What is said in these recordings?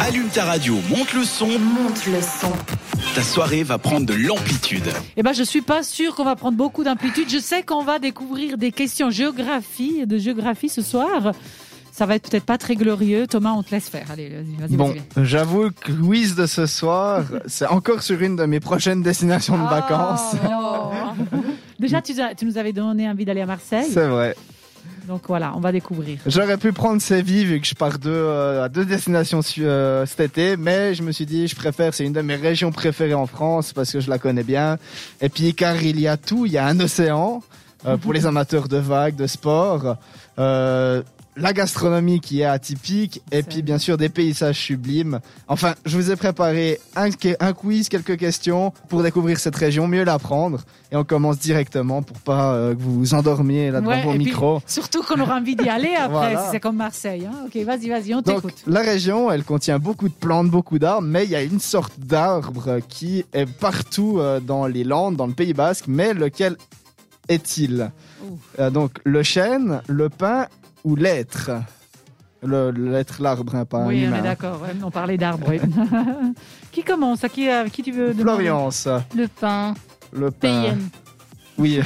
Allume ta radio, monte le son. Monte le son. Ta soirée va prendre de l'amplitude. Eh ben, je suis pas sûre qu'on va prendre beaucoup d'amplitude. Je sais qu'on va découvrir des questions géographie, de géographie ce soir. Ça va être peut-être pas très glorieux. Thomas, on te laisse faire. Allez, vas-y, vas-y. Bon, vas-y. j'avoue le quiz de ce soir, c'est encore sur une de mes prochaines destinations de vacances. Ah, non. Déjà, tu, as- tu nous avais donné envie d'aller à Marseille. C'est vrai. Donc voilà, on va découvrir. J'aurais pu prendre Séville vu que je pars deux, euh, à deux destinations su- euh, cet été, mais je me suis dit je préfère, c'est une de mes régions préférées en France parce que je la connais bien. Et puis car il y a tout, il y a un océan euh, Mhm. pour les amateurs de vagues, de sport, euh, la gastronomie qui est atypique, et C'est puis bien sûr des paysages sublimes. Enfin, je vous ai préparé un, que- un quiz, quelques questions pour découvrir cette région, mieux l'apprendre, et on commence directement pour pas euh, que vous vous endormiez là devant Ouais, vos et puis- micros. Surtout qu'on aura envie d'y aller après, Voilà. si c'est comme Marseille. hein. Ok, vas-y, vas-y, on Donc, t'écoute. la région, elle contient beaucoup de plantes, beaucoup d'arbres, mais il y a une sorte d'arbre euh, qui est partout euh, dans les Landes, dans le Pays Basque, mais lequel est-il Ouh. Euh, Donc, le chêne, le pin ou l'être le, l'être, l'arbre, hein, pas oui, un on est humain. d'accord. ouais, on parlait d'arbres. oui. qui commence à qui, euh, qui tu veux demander Floriance, Le pain, le pin. Payenne, Oui.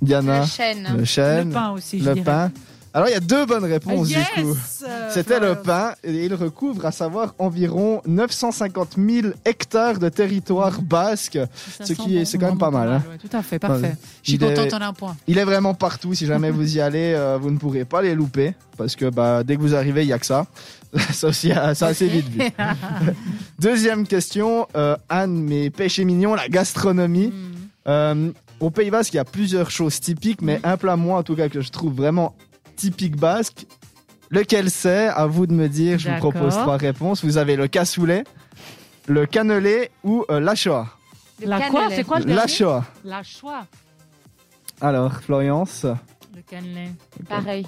Diana, la chaîne. le Le chêne, pain aussi, je le dirais. pin. Alors, il y a deux bonnes Ah, réponses yes, du coup. euh, C'était le Florian. pain et il recouvre à savoir environ 950 000 hectares de territoire basque. Ça ce sent qui est- bon, c'est quand même vraiment pas mal, hein. ouais, tout à fait, parfait. Je suis il est- contente, on a un point. Il est vraiment partout, si jamais vous y allez, euh, vous ne pourrez pas les louper parce que bah, dès que vous arrivez, il n'y a que ça. ça aussi, euh, ça assez vite vu. Deuxième question, euh, Anne, mes péchés mignons, la gastronomie. Hmm. Euh, au Pays Basque, il y a plusieurs choses typiques, mais un plat, moi en tout cas, que je trouve vraiment typique basque. Lequel c'est À vous de me dire. Je vous D'accord. propose trois réponses. Vous avez le cassoulet, le cannelé ou euh, la Shoah. Le la quoi cannelé. C'est quoi le La dernier Shoah. La choix. Alors, Florence, Le cannelé. Pareil.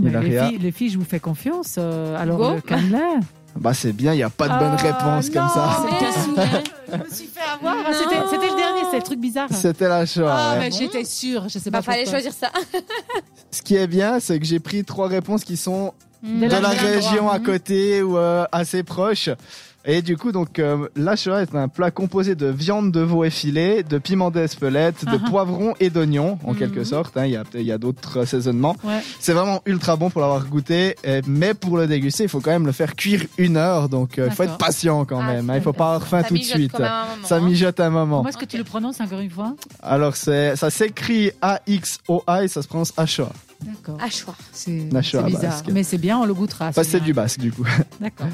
Il a les, rien. filles, les filles, je vous fais confiance. euh, alors, Go. le cannelé. bah c'est bien, il n'y a pas de bonne Ah, réponse comme ça. C'est cassoulet. Je me suis fait avoir. hein, C'était c'était le dernier, c'était le truc bizarre. C'était la Shoah. Ah, ouais. mais j'étais sûre, je sais Bah, pas. fallait pourquoi. choisir ça. Ce qui est bien, c'est que j'ai pris trois réponses qui sont Hmm. De de la la même région endroit. à côté ou euh, assez proche. Et du coup, donc, euh, la Shoah est un plat composé de viande de veau effilée, de piment d'espelette, de Ah. poivrons et d'oignons, en Uh-huh. Mhm. quelque sorte. hein. Il y a, il y a d'autres euh, saisonnements. Ouais. C'est vraiment ultra bon pour l'avoir goûté. et- mais pour le déguster, il faut quand même le faire cuire une heure. Donc, euh, il faut D'accord. être patient quand Ah, même. hein. c'est Il faut pas avoir faim Ça tout de mijote suite. quand même un moment, Ça hein. mijote un moment. Comment est-ce que tu le Ok. prononces encore une fois Alors, c'est, ça s'écrit A-X-O-A et ça se prononce Shoah. D'accord. Ah, À choix. C'est La bah, c'est Shoah bizarre. basque. Mais c'est bien, on le goûtera. Enfin, Bah, c'est celui-là. du basque, du coup. D'accord.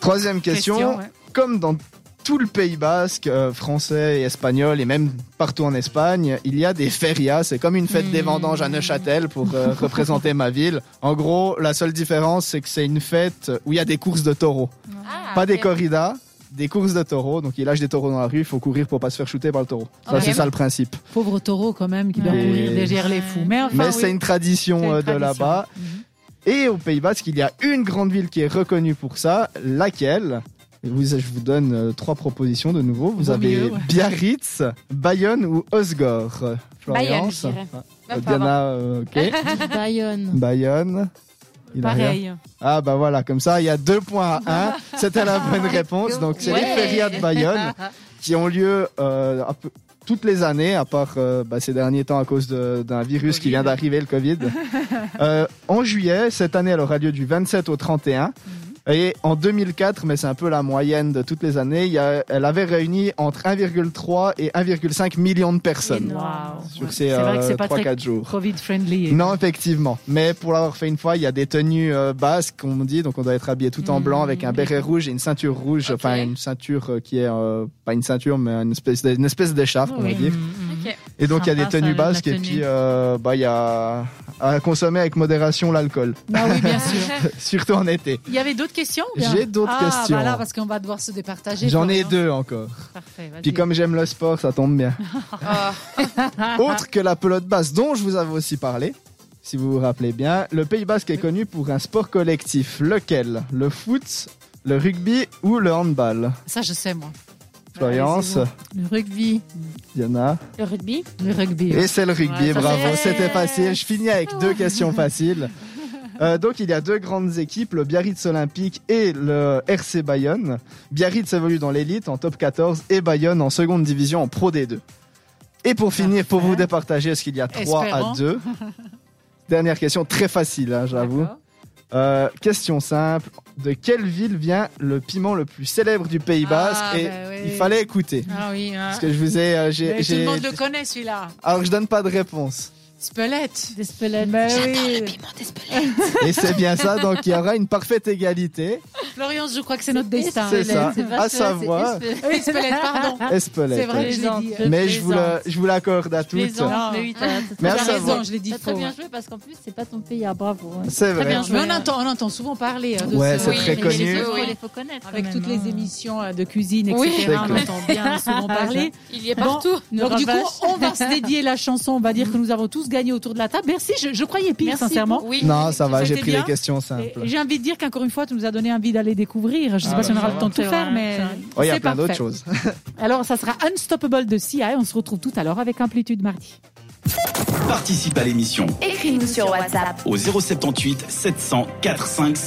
Troisième question ouais. comme dans tout le Pays basque, euh, français et espagnol, et même partout en Espagne, il y a des ferias. C'est comme une fête des Hmm. Mmh. vendanges à Neuchâtel pour euh, représenter ma ville. En gros, la seule différence, c'est que c'est une fête où il y a des courses de taureaux. Ah, pas des ok. corridas, des courses de taureaux. Donc, il lâche des taureaux dans la rue, il faut courir pour pas se faire shooter par le taureau. Ça, Ok. c'est ça le principe. Pauvre taureau, quand même, qui doit Mais- courir derrière les fous. Mais Ah, enfin, Mais oui, c'est une tradition c'est une euh, de tradition. là-bas. Mhm. Et au Pays Basque, il y a une grande ville qui est reconnue pour ça, laquelle Et vous- Je vous donne euh, trois propositions de nouveau. Vous Vaut avez mieux, ouais. Biarritz, Bayonne ou Osgore Euh, Bayonne, Florence je dirais. Ah, Même pas avant. Diana, euh, ok. Bayonne. Bayonne. Il a rien. Pareil. Ah bah voilà, comme ça, il y a deux points à un. C'était la bonne réponse. Donc c'est les Ouais. férias de Bayonne qui ont lieu euh, un peu- toutes les années, à part euh, bah, ces derniers temps à cause de- d'un virus qui Covid. vient d'arriver, le Covid. Euh, en juillet, cette année, elle aura lieu du 27 au 31. Mhm. Et en 2004, mais c'est un peu la moyenne de toutes les années, il y a- elle avait réuni entre 1,3 et 1,5 million de personnes Waouh. sur Ouais. ces C'est vrai que c'est euh, pas 3-4 très jours. Covid-friendly. Non, effectivement. Mais pour l'avoir fait une fois, il y a des tenues euh, basques, on me dit. Donc, on doit être habillé tout en Mhm. blanc avec un béret rouge et une ceinture rouge. Hmm. Ok. Enfin, une ceinture euh, qui est euh, pas une ceinture, mais une espèce de- une espèce d'écharpe, on va Oui. dire. Ok. Et donc, il y a des Sympa, ça, tenues la basques. Et tenue. puis, euh, bah, il y a à consommer avec modération l'alcool, Ah oui, bien sûr. surtout en été. Il y avait d'autres questions ou bien J'ai d'autres ah, questions. Voilà, parce qu'on va devoir se départager. J'en ai hein. Florian. deux encore. Parfait, vas-y. Puis, comme j'aime le sport, ça tombe bien. Ah. Autre que la pelote basse, dont je vous avais aussi parlé, si vous vous rappelez bien, le Pays Basque est connu pour un sport collectif. Lequel Le foot, le rugby ou le handball Ça, je sais, moi. Florence, Le rugby. Diana. Le rugby. Le rugby. Et c'est le rugby, Ouais, ça, bravo, c'est- c'était facile. Je finis avec deux questions faciles. Euh, donc il y a deux grandes équipes, le Biarritz Olympique et le RC Bayonne. Biarritz évolue dans l'élite en top 14 et Bayonne en seconde division en Pro D2. Et pour finir, pour Parfait. vous départager, parce qu'il y a 3 Espérons. à 2. Dernière question très facile, hein, j'avoue. D'accord. Euh, question simple. De quelle ville vient le piment le plus célèbre du Pays Basque Ah, Et bah oui. il fallait écouter. Ah oui, hein. Parce que je vous ai... euh, j'ai- Mais Tout j'ai- le monde le connaît celui-là. Alors je donne pas de réponse. Spelette. Des spelettes. Mais le Ah oui. piment des spelettes. Et c'est bien ça, donc il y aura une parfaite égalité. Florian, je crois que c'est notre destin. C'est ça. À savoir. Oui, Spelette, pardon. Espelette. C'est vrai que je l'ai Plaisante. dit. Mais je vous, la- je vous l'accorde à toutes. Plaisante, Non. mais oui, t'as- t'as Mais à très T'as bien savoir. raison, joué. je l'ai dit T'as très faux. bien joué parce qu'en plus, c'est pas ton pays. Ah, bravo. hein. C'est Très vrai. bien Mais joué. on entend, on entend souvent parler hein, de Ouais, ce- c'est très mais connu. les Oui, autres, oui. Il faut connaître. quand Avec même, toutes hein. les émissions euh, de cuisine, Oui. etc. C'est on clair. entend bien souvent parler. Il y est partout. Donc du coup, Ravache. on va se dédier la chanson. On va dire que nous avons tous gagné autour de la table. Merci. Je, je croyais pire, Merci sincèrement. Oui. Non, ça va, j'ai C'était pris bien. des questions Et simples. J'ai envie de dire qu'encore une fois, tu nous as donné envie d'aller découvrir. Je ne sais Ah pas bah, si on aura ça le temps de tout va. faire, mais Oh, il y a c'est plein d'autres parfait. choses. Alors, ça sera Unstoppable de CIA. On se retrouve tout à l'heure avec Amplitude mardi. Participe à l'émission Écris-nous sur WhatsApp. au 078 700 45